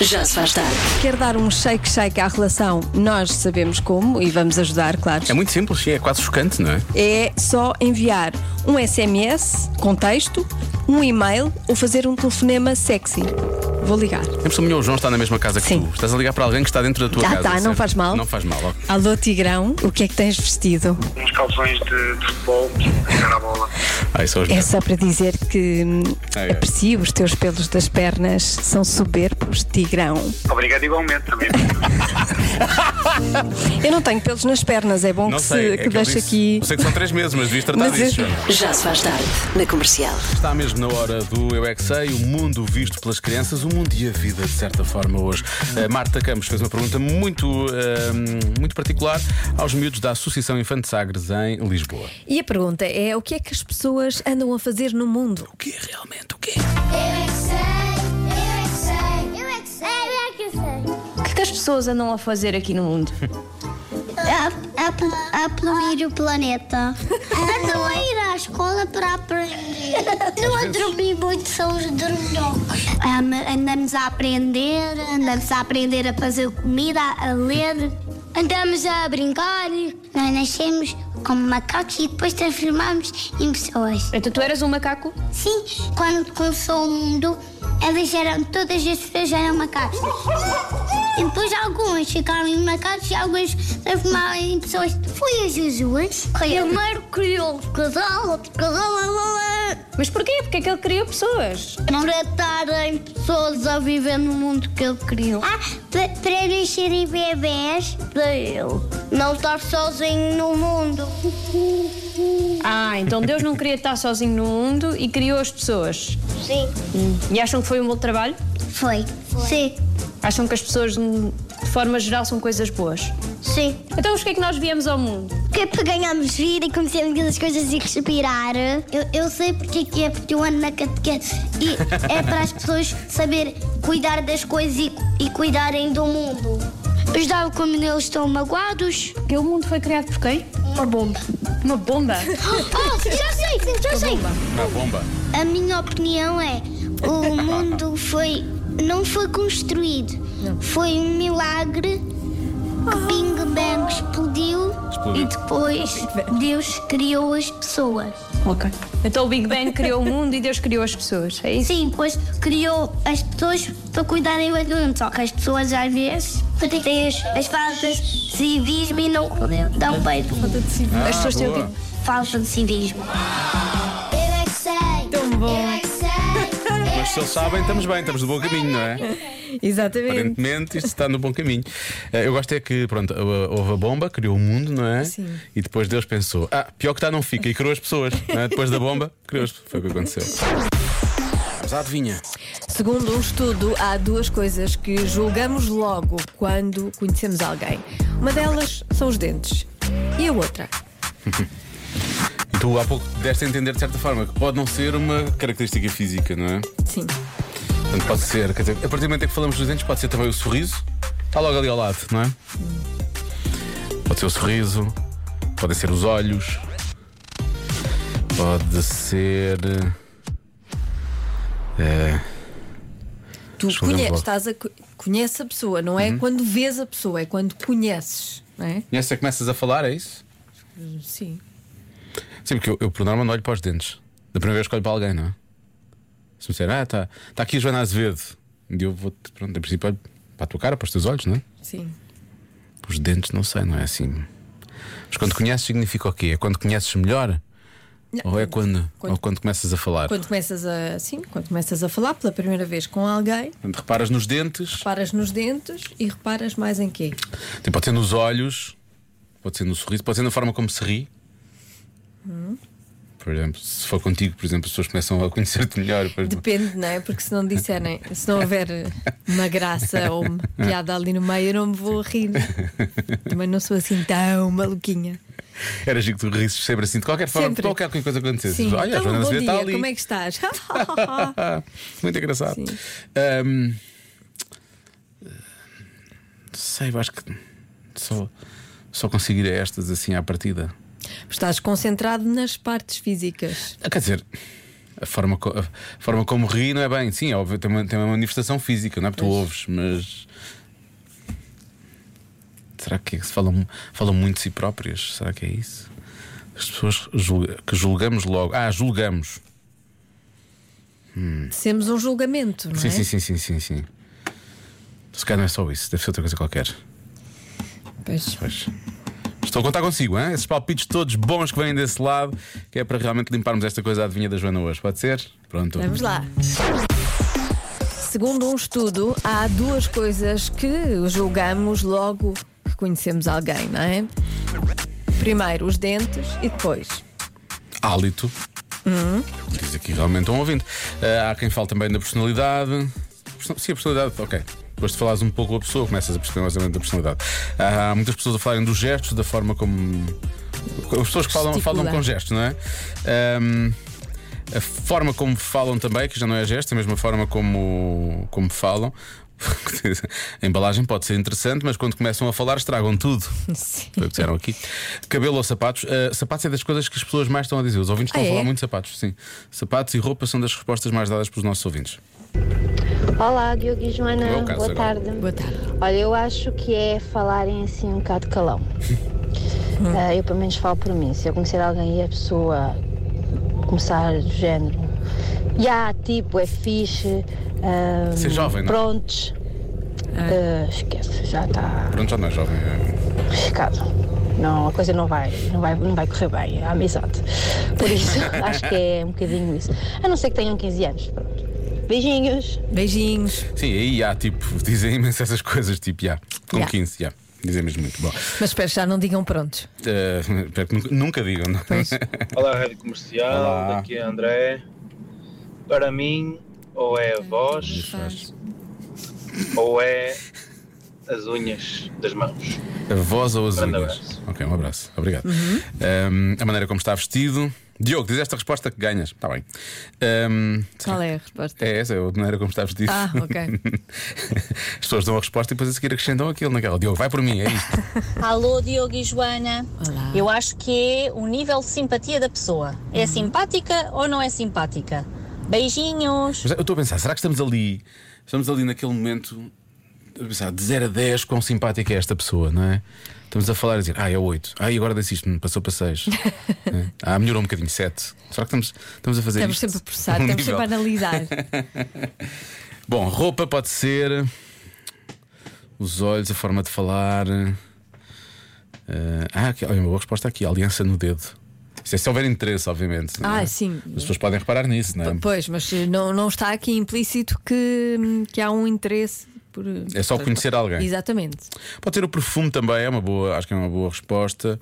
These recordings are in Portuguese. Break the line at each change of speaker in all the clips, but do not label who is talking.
Já se faz tarde.
Quer dar um shake shake à relação? Nós sabemos como e vamos ajudar, claro.
É muito simples, sim, é quase chocante, não é?
É só enviar um SMS com texto, um e-mail ou fazer um telefonema sexy. Vou ligar.
Sempre melhor o João está na mesma casa que
Sim.
tu. Estás a ligar para alguém que está dentro da tua
Ah,
casa.
tá, não
certo?
faz mal.
Não faz mal, ok.
Alô, Tigrão, o que é que tens vestido?
uns calções de, de futebol a jogar a bola.
Ai, são os
É
melhores.
só para dizer que hum,
Ai, ai.
aprecio os teus pelos das pernas, são soberbos, Tigrão.
Obrigado igualmente também.
Eu não tenho pelos nas pernas, é bom
Não
que,
sei,
se,
é
que
eu
deixe
disse.
aqui.
Eu sei que são três meses, mas devias tratar
Mas é.
disso.
eu-
João.
Já se faz tarde. Na comercial.
Está mesmo na hora do Eu É Que Sei, o mundo visto pelas crianças, o mundo e a vida, de certa forma, hoje. A Marta Campos fez uma pergunta muito, eh, muito particular aos miúdos da Associação Infante Sagres em Lisboa.
E a pergunta é: o que é que as pessoas andam a fazer no mundo?
O que é realmente o quê?
Eu é que sei, eu é que sei, eu é que sei, eu é que sei.
O que, é que as pessoas andam a fazer aqui no mundo?
A, poluir o planeta. Andam a ir à escola para aprender. Não a dormir muito, são os dorminhocos. andamos a aprender, andamos a aprender a fazer comida, a ler. Andamos a brincar. Nós nascemos como macacos e depois transformamos em pessoas.
Então tu eras um macaco?
Sim, quando começou o mundo, elas eram, todas as pessoas eram macacos. E depois alguns ficaram em macacos e alguns transformaram em pessoas. Foi a Jesus. Primeiro criou o casal, outro casal, lá, lá, lá.
Mas porquê? Porque é que ele criou pessoas?
Para estarem pessoas a viver no mundo que ele criou. Ah, para, para nascerem bebês. Para ele. Não estar sozinho no mundo.
Ah, então Deus não queria estar sozinho no mundo e criou as pessoas.
Sim.
E acham que foi um bom trabalho?
Foi. Sim.
Acham que as pessoas, de forma geral, são coisas boas?
Sim.
Então, mas o que é que nós viemos ao mundo?
Porque é para ganharmos vida e conhecermos as coisas e respirar. Eu, eu sei porque é que é, porque eu ando na catequese. E é para as pessoas saber cuidar das coisas e, e cuidarem do mundo. Ajudar quando eles estão magoados.
Porque o mundo foi criado por quem?
Uma bomba.
Uma bomba.
Oh, já sei, já sei.
Uma bomba.
A minha opinião é o mundo foi não foi construído. Foi um milagre que Bing Bang explodiu,
Explodiu.
e depois Deus criou as pessoas.
ok. Então o Big Bang criou o mundo e Deus criou as pessoas. É isso?
Sim, pois criou as pessoas para cuidarem bem do mundo. Só que as pessoas às vezes têm as, as faltas de civismo e não dão bem do mundo.
as pessoas têm
Falta de civismo. Eu é que sei.
Tão bom.
Eu é que sei.
Mas se eles sabem, estamos bem, estamos no bom caminho, não é?
Exatamente.
Aparentemente isto está no bom caminho. Eh, Eu gosto é que, pronto, hou- houve a bomba, criou o mundo, não é?
Sim.
E depois Deus pensou: ah, pior que está, não fica. E criou as pessoas. não é? Depois da bomba, criou as Foi o que aconteceu. Mas adivinha.
Segundo um estudo, há duas coisas que julgamos logo quando conhecemos alguém. Uma delas são os dentes e a outra.
Tu há pouco deste a entender de certa forma que pode não ser uma característica física, não é?
Sim.
Portanto, pode ser, quer dizer, a partir do momento em que falamos dos dentes, pode ser também o sorriso. Está logo ali ao lado, não é? Pode ser o sorriso, podem ser os olhos, pode ser. eh,
Tu
Julgamos
conhe-
logo.
estás a co- conheces a pessoa, não é quando vês a pessoa, é quando conheces, não é?
E essa começas a falar, é isso?
Sim.
Sim, porque eu, eu por norma não olho para os dentes. Da primeira vez que olho para alguém, não é? Se me disser, ah, está tá aqui a Joana Azevedo. E eu vou, pronto, em princípio olho para a tua cara, para os teus olhos, não é?
Sim.
Os dentes, não sei, não é assim. Mas quando conheces, significa o quê? É quando conheces melhor? Ou é quando,
quando-
ou quando começas a falar? Quando...
Quando começas a, sim, quando começas a falar pela primeira vez com alguém,
reparas nos dentes,
reparas nos dentes e reparas mais em quê?
tipo, pode ser nos olhos, pode ser no sorriso, pode ser na forma como se ri.
Hum.
Por exemplo, se for contigo, por exemplo, as pessoas começam a conhecer-te melhor. Depois...
Depende, não é? Porque se não disserem, se não houver uma graça ou uma piada ali no meio, eu não me vou rir. Também não sou assim tão maluquinha.
Era giro que tu risses sempre assim, de qualquer forma,
Sempre.
qualquer coisa que acontecesse.
Sim,
Olha, a
então,
Joana
bom
Azevedo está
dia,
ali.
como é que estás?
Muito engraçado.
Sim.
Ahm, eh, não sei, eu acho que só, só conseguir estas assim à partida.
Estás concentrado nas partes físicas.
Ah, Quer dizer, A forma, co- a forma como ri não é bem. Sim, é óbvio, tem uma, tem uma manifestação física, não é? Porque tu ouves, mas. Será que é que se falam, falam muito de si próprias? Será que é isso? As pessoas julga- que julgamos logo. Ah, julgamos.
Temos um julgamento, não
Sim,
é?
sim, sim, sim, sim, sim. Se calhar não é só isso, deve ser outra coisa qualquer.
Pois.
Pois. Estou a contar consigo, hein? esses palpites todos bons que vêm desse lado, que é para realmente limparmos esta coisa à adivinha da Joana hoje. Pode ser? Pronto.
Vamos lá. Segundo um estudo, há duas coisas que julgamos logo que conhecemos alguém, não é? Primeiro os dentes e depois.
Hálito. Diz aqui realmente um ouvinte. Ah, há quem fale também da personalidade. Person- Sim, a personalidade, ok. Depois de falares um pouco com a pessoa, começas a perceber mais ou menos da personalidade. Há há muitas pessoas a falarem dos gestos, da forma como. As pessoas que falam,
Gesticula.
falam com gestos, não é? Ahm, a forma como falam também, que já não é gesto, a mesma forma como, como falam. a embalagem pode ser interessante, mas quando começam a falar, estragam tudo.
Sim.
Foi o que disseram aqui. Cabelo ou sapatos? Ah, sapatos é das coisas que as pessoas mais estão a dizer. Os ouvintes estão
Ah,
a falar
é?
muito de sapatos, sim. Sapatos e roupa são das respostas mais dadas pelos nossos ouvintes.
Olá, Diogo e Joana.
Não é o caso
Boa
agora.
tarde.
Boa tarde.
Olha, eu acho que é falarem assim um bocado calão. Ah, eu, pelo menos, falo por mim. Se eu conhecer alguém e a pessoa começar do género, já, tipo, é fixe. ah,
Ser jovem, não é?
Prontos. Ah, esquece, já está
Pronto, já não é jovem. é.
arriscado. Não, a coisa não vai, não vai, não vai correr bem, a amizade. Por isso, acho que é um bocadinho isso. A não ser que tenham 15 anos, pronto. Beijinhos.
Beijinhos.
Sim, aí há tipo, dizem imensas essas coisas, tipo, já. Com
Já.
15, já. Dizem mesmo muito. Bom,
Mas espero que já não digam prontos.
ah, espero que nunca, nunca digam, não? é?
Pois.
Olá, Rádio Comercial,
Olá.
daqui é André. Para mim, ou é a voz ou é as unhas das mãos.
A voz ou as
Grande
unhas?
abraço.
Ok, um abraço. Obrigado.
Uhum.
Ahm, a maneira como está vestido. Diogo, diz esta resposta que ganhas. Está bem. Ehm, Ahm,
Qual é a resposta?
é essa, é a maneira como está vestido.
Ah, ok.
As pessoas dão a resposta e depois a seguir acrescentam aquilo naquela. Diogo, vai por mim, é isto.
Alô, Diogo e Joana.
Olá. Uhum.
Eu acho que é o nível de simpatia da pessoa. É simpática ou não é simpática? Beijinhos.
Mas eu estou a pensar, será que estamos ali? Estamos ali naquele momento a pensar, de 0 a 10, quão simpática é esta pessoa, não é? Estamos a falar e a dizer, ah, é 8, ah, e agora disse isto, passou para 6, ah, melhorou um bocadinho, 7. Será que estamos, estamos a fazer
Estamos
isto?
sempre a processar,
Um
estamos
nível.
sempre a analisar.
Bom, roupa pode ser, os olhos, a forma de falar. eh, ah, aqui, olha, uma boa resposta aqui, aliança no dedo. Isso é se houver interesse, obviamente. não é?
Ah, sim.
As pessoas podem reparar nisso, não é?
Pois, mas eh, não, não está aqui implícito que, hum, que há um interesse por. eh,
É só conhecer alguém.
Exatamente.
Pode ter o perfume também, é uma boa, acho que é uma boa resposta.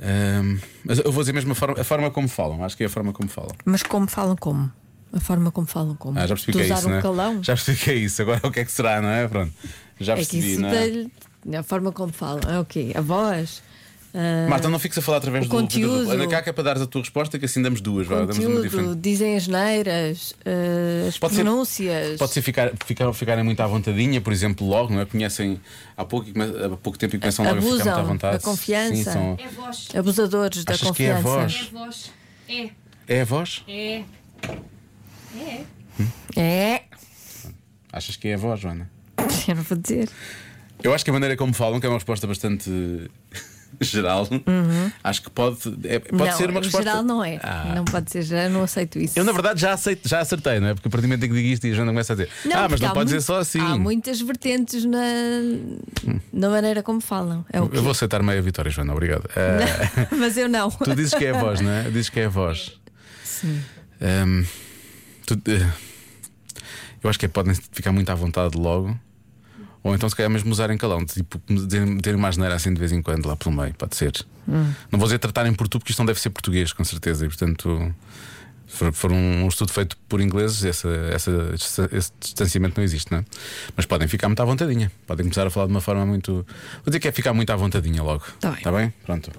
Ahm, mas eu vou dizer mesmo a forma, a forma como falam, acho que é a forma como falam.
Mas como falam como? A forma como falam como?
Ah, já percebi
De
que é
usar
isso,
um
não é?
calão?
Já percebi que é isso, agora o que é que será, não é? Pronto, já
é que
percebi,
isso
não é?
dá-lhe- A forma como falam. É o quê? A voz? Ah,
Marta, não fiques a falar através
o
do
conteúdo.
do- Anda cá que é para dares a tua resposta, que assim damos duas, vá, damos uma
conteúdo,
diferente.
dizem as neiras, ah, as
Pode ser-
pronúncias.
Pode ser ficar, ficar, ficarem muito à vontadinha, por exemplo, logo, não é? Conhecem há pouco, e come- há pouco tempo e começam logo a ficar
Abusam
muito à vontade.
da confiança.
Sim, são-
É voz.
Abusadores da
Achas
confiança.
que é a voz?
voz. É.
É a voz?
É. É.
É.
Achas que é a voz, Joana?
Eu não vou dizer.
Eu acho que a maneira como falam, que é uma resposta bastante geral, acho que pode, é- pode
Uhum. não,
ser uma resposta.
geral não é.
Ah.
Não pode ser, já não aceito isso.
Eu, na verdade, já, aceito, já acertei, não é? Porque a partir do momento em que digo isto e a Joana começa a dizer,
Não,
ah, mas
porque
não
há
pode dizer
muito-
só assim.
Há muitas vertentes na, na maneira como falam. É o quê?
Eu vou aceitar meia vitória, Joana, obrigado. Ah,
Mas eu não.
tu dizes que é a voz, não é? Dizes que é a voz.
Sim.
Ahm, tu- eh, eu acho que é, podem ficar muito à vontade logo. Ou então, se calhar, mesmo usarem calão, tipo, terem terem uma asneira assim de vez em quando lá pelo meio, pode ser.
Hum.
Não vou dizer tratarem por tu, porque isto não deve ser português, com certeza. E, portanto, se for, for um estudo feito por ingleses, essa, essa- esse distanciamento não existe, não é? Mas podem ficar muito à vontadinha. Podem começar a falar de uma forma muito. Vou dizer que é ficar muito à vontadinha logo.
Tá bem.
Tá bem? Pronto.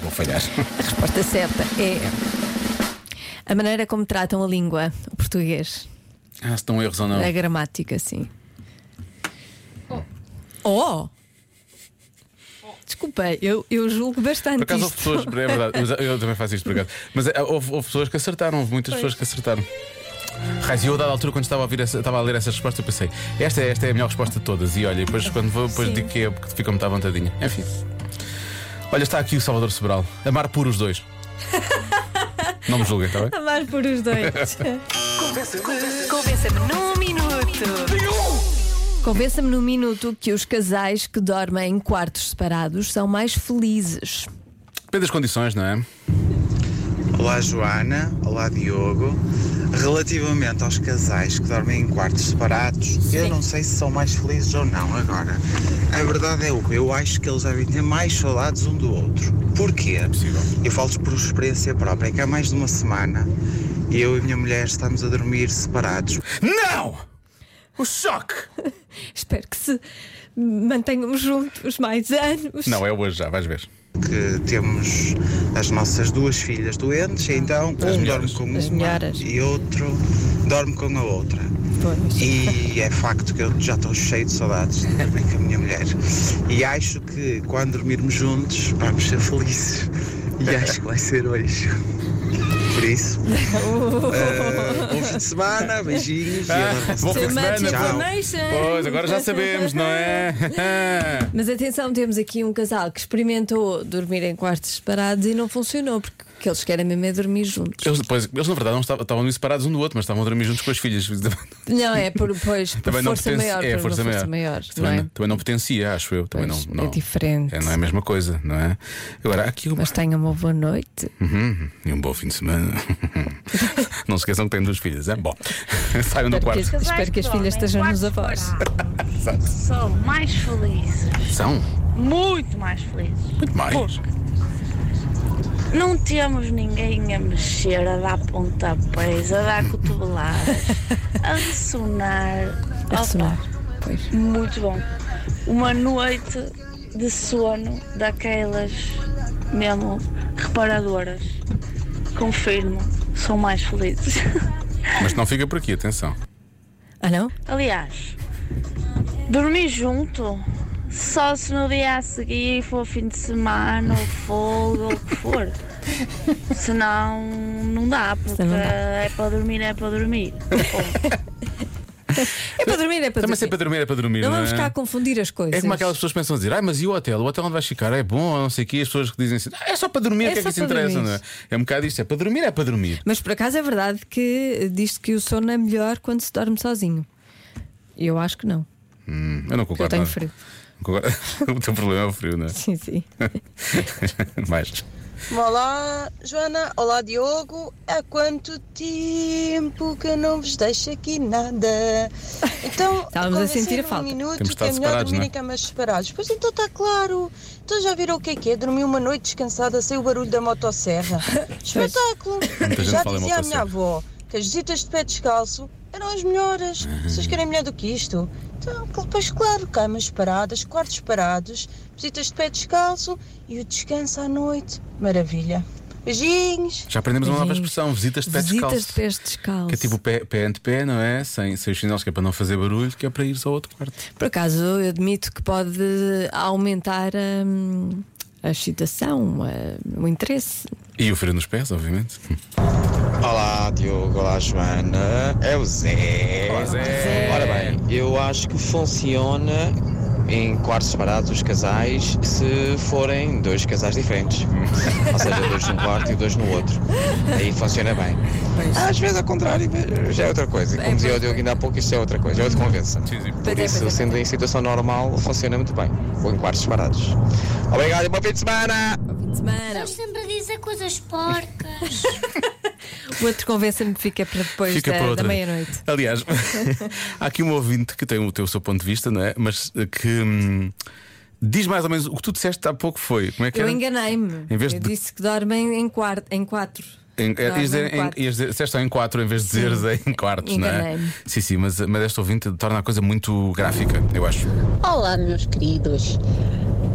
Vou falhar.
A resposta certa é a maneira como tratam a língua, o português,
ah, se estão erros ou não.
a gramática, sim. Oh! desculpei, eu, eu julgo bastante.
Por acaso houve
isto.
pessoas, é verdade, mas eu também faço isto por acaso. Mas eh, houve, houve pessoas que acertaram, houve muitas pessoas que acertaram. Raiz, e eu a dada altura, quando estava a, ouvir essa- estava a ler essa resposta, eu pensei, esta, é- esta é a melhor resposta de todas. E olha, e depois quando vou, depois
Sim.
digo que é porque fica muito à vontadinha. Enfim. Olha, está aqui o Salvador Sobral. Amar por os dois. Não me julguem, está bem?
Amar por os dois.
Convença-me num minuto.
Convença-me num minuto que os casais que dormem em quartos separados são mais felizes.
Depende das condições, não é?
Olá Joana, olá Diogo. Relativamente aos casais que dormem em quartos separados, eu não sei se são mais felizes ou não agora. A verdade é o que eu acho que eles devem ter mais saudades um do outro. Porquê? Eu falo por experiência própria, que há mais de uma semana eu e a minha mulher estamos a dormir separados.
Não! O choque!
Espero que se mantenham juntos mais anos.
Não, é hoje já, vais ver.
Que temos as nossas duas filhas doentes, então um dorme com
As
uma
melhoras.
e outro dorme com a outra. E é facto que eu já estou cheio de saudades de dormir com a minha mulher. E acho que quando dormirmos juntos vamos ser felizes. E acho que vai ser hoje. Por isso. eh, bom fim de semana, beijinhos. e adoro
É, bom fim de
vocês.
semana,
Tchau.
Pois, agora já sabemos, não é?
Mas atenção, temos aqui um casal que experimentou dormir em quartos separados e não funcionou, porque o que eles querem mesmo é dormir juntos.
Eles, pois, eles, na verdade, não estavam, estavam separados um do outro, mas estavam a dormir juntos com as filhas.
Não, é por, pois, por
Também não
força
pertence-
maior.
É,
por
força
uma
maior.
não
Também,
é?
não, também não potencia, acho eu. Também não, não-
É diferente.
é, não é a mesma coisa, não é? Agora, há aqui uma.
Mas tenha uma boa noite.
Uhum, e um bom fim de semana. não se esqueçam que têm duas filhas, é? Bom, saiam do quarto.
Espero que- espero que as filhas estejam nos avós.
São mais felizes.
São
Muito mais felizes.
muito mais.
Não temos ninguém a mexer, a dar pontapés, a dar cotoveladas, a ressonar.
A ressonar,
Muito bom. Uma noite de sono daquelas mesmo reparadoras. Confirmo, são mais felizes.
Mas não fica por aqui, atenção.
Ah, não?
Aliás, dormir junto, só se no dia a seguir for fim de semana ou folga ou o que for. Senão não dá, porque
Senão não dá.
é para dormir, é para dormir.
É para dormir, é para
Também
dormir.
se é para dormir, é para dormir.
Não
não
vamos
é?
cá confundir as coisas.
É como aquelas pessoas que pensam a dizer, ah, mas e o hotel? O hotel onde vais ficar? É bom, não sei o quê. As pessoas que dizem assim, "Ah, é só para dormir,
É
o que é que
só
isso
para
interessa?
dormir.
Não é? é um bocado isto, é para dormir, é para dormir.
Mas por acaso é verdade que eh, diz que o sono é melhor quando se dorme sozinho. Eu acho que não.
Hum, eu não concordo.
eu tenho
nada.
frio.
Não concordo. o teu problema é o frio, não é?
Sim, sim.
Mais.
Olá, Joana. Olá, Diogo. Há quanto tempo que eu não vos deixo aqui nada? Então,
Estávamos a sentir a
convenceram-me
falta.
Um minuto
Temos
que é
estado
melhor
separados,
dormir
não é?
em camas separadas. Pois então está claro. Então já viram o que é que é? Dormi uma noite descansada sem o barulho da motosserra. Espetáculo.
Muita gente
já
fala em
dizia a minha
motosserra.
avó que as visitas de pé descalço eram as melhores.
Uhum.
Vocês querem melhor do que isto? Então, depois, claro, camas paradas, quartos parados, visitas de pé descalço e o descanso à noite. Maravilha. Beijinhos.
Já aprendemos uma nova expressão, visitas de pé
Visitas de
descalço.
pés descalços.
Que é tipo pé, pé ante pé, não é? Sem, sem os chinelos, que é para não fazer barulho, que é para ires ao outro quarto.
Por acaso, eu admito que pode aumentar hum, a excitação, a- o interesse.
E o frio nos pés, obviamente.
Olá Diogo, olá Joana, é o Zé.
Olá,
é.
é.
Zé.
Ora bem, eu acho que funciona em quartos separados os casais se forem dois casais diferentes. Ou seja, dois num quarto e dois no outro. Aí funciona bem. Às vezes ao contrário já é outra coisa. Como dizia o Diogo ainda há pouco, isto é outra coisa, é outra convença. Por isso, sendo em situação normal, funciona muito bem. Ou em quartos separados. Obrigado e bom fim de semana!
Semana.
sempre a dizer coisas porcas.
O outro convença-me fica para depois
Fica
é, da,
para
da
outra.
meia-noite.
Aliás, há aqui um ouvinte que tem o teu seu ponto de vista, não é? Mas eh, que hum, diz mais ou menos o que tu disseste há pouco foi. Como é que
Eu
era?
enganei-me.
Em vez
Eu
de-
disse que dormem em, quart- em quatro.
Em, é,
Dormem
ias dizer,
em
em,
quartos.
ias dizer- disseste só em quatro em vez de dizeres em quartos, não é?
enganei-me.
Sim, sim, mas, mas esta ouvinte torna a coisa muito gráfica, eu acho.
Olá, meus queridos.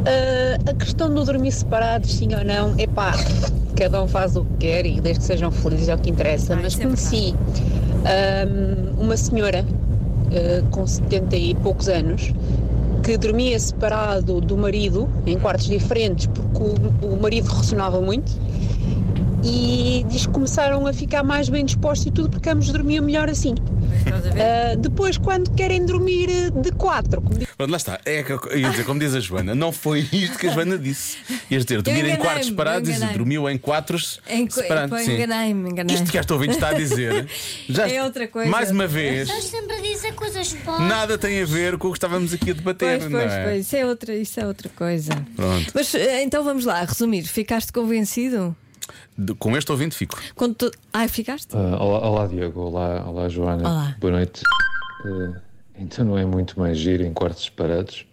Ah, a questão do dormir separados, sim ou não, é pá, cada um faz o que quer e desde que sejam felizes é o que interessa. Mas conheci ah, uma senhora ah, com 70 e poucos anos que dormia separado do marido, em quartos diferentes, porque o, o marido ressonava muito. E diz que começaram a ficar mais bem dispostos e tudo, porque ambos dormiam melhor assim. Ah, depois, quando querem dormir eh, de quatro, como
Pronto, lá está. É, que eu ia dizer, como diz a Joana, não foi isto que a Joana disse. Ias dizer, dormir em
enganei-me,
quartos separados
eu
e
enganei-me.
dormiu em quatros
Em-
separados.
pô,
sim.
Enganei-me, enganei.
Isto que é esta ouvinte está a dizer já
É outra coisa.
Mais uma vez,
Estás sempre a dizer coisas boas.
nada tem a ver com o que estávamos aqui a debater,
Pois,
não
pois,
é?
pois. Isso é outra, isso é outra coisa.
Pronto.
Mas eh, então vamos lá, resumir. Ficaste convencido?
De- com este ouvinte fico.
Quando tu... Ai, ficaste?
Ah, olá, olá, Diogo, olá, olá
É,
Joana.
Olá.
Boa noite. Ah, então não é muito mais giro em quartos separados?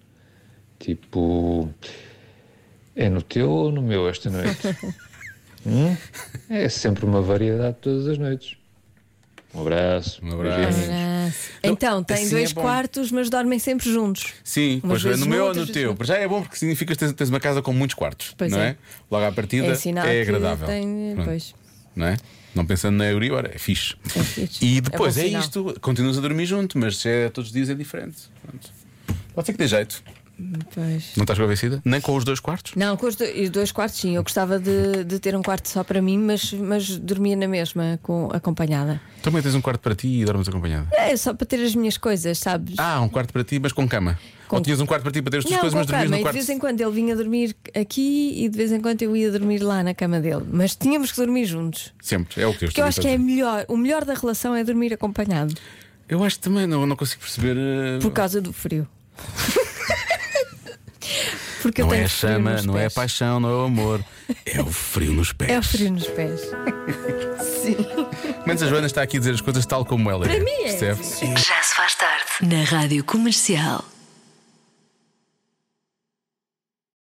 Tipo, é no teu ou no meu esta noite? Hum? É sempre uma variedade todas as noites. Um abraço. Um
abraço.
Então, tem
assim
dois
é bom.
quartos, mas dormem sempre juntos.
Sim,
Umas
pois é, no
vezes
meu ou
noutras,
no
vezes
teu? Para já é bom porque significa que tens, tens uma casa com muitos quartos,
Pois
não é?
é.
Logo à partida
É sinal que
agradável.
tem-
Pronto,
pois.
Não é? Não pensando na Euribor, é fixe. E depois
bom
é,
sinal.
isto, continuas a dormir junto, mas se é todos os dias é diferente. Pronto. Pode ser que dê jeito.
Pois.
Não estás convencida? Nem com os dois quartos?
Não, com os do- os dois quartos, sim. Eu gostava de, de ter um quarto só para mim, mas, mas dormia na mesma, com, acompanhada.
Também tens um quarto para ti e dormes acompanhada.
É só para ter as minhas coisas, sabes?
Ah, um quarto para ti, mas com cama. Ou tinhas um quarto para ti para ter as tuas
Não,
coisas,
com
mas dormias
cama.
no
E de
quarto.
vez em quando ele vinha dormir aqui e de vez em quando eu ia dormir lá na cama dele. Mas tínhamos que dormir juntos.
Sempre, é o que eu
Porque
estou
eu
a
acho que é
dizer.
melhor, o melhor da relação é dormir acompanhado,
Eu acho que também, não, não consigo perceber. eh,
por causa do frio. Porque eu
não
tenho
é a
frio
chama,
nos
não é a
pés.
paixão, não é o amor. É o frio nos pés.
É o frio nos pés. Sim.
Menos a Joana está aqui a dizer as coisas tal como ela é.
Para mim é.
Percebe?
Já se faz tarde na Rádio Comercial.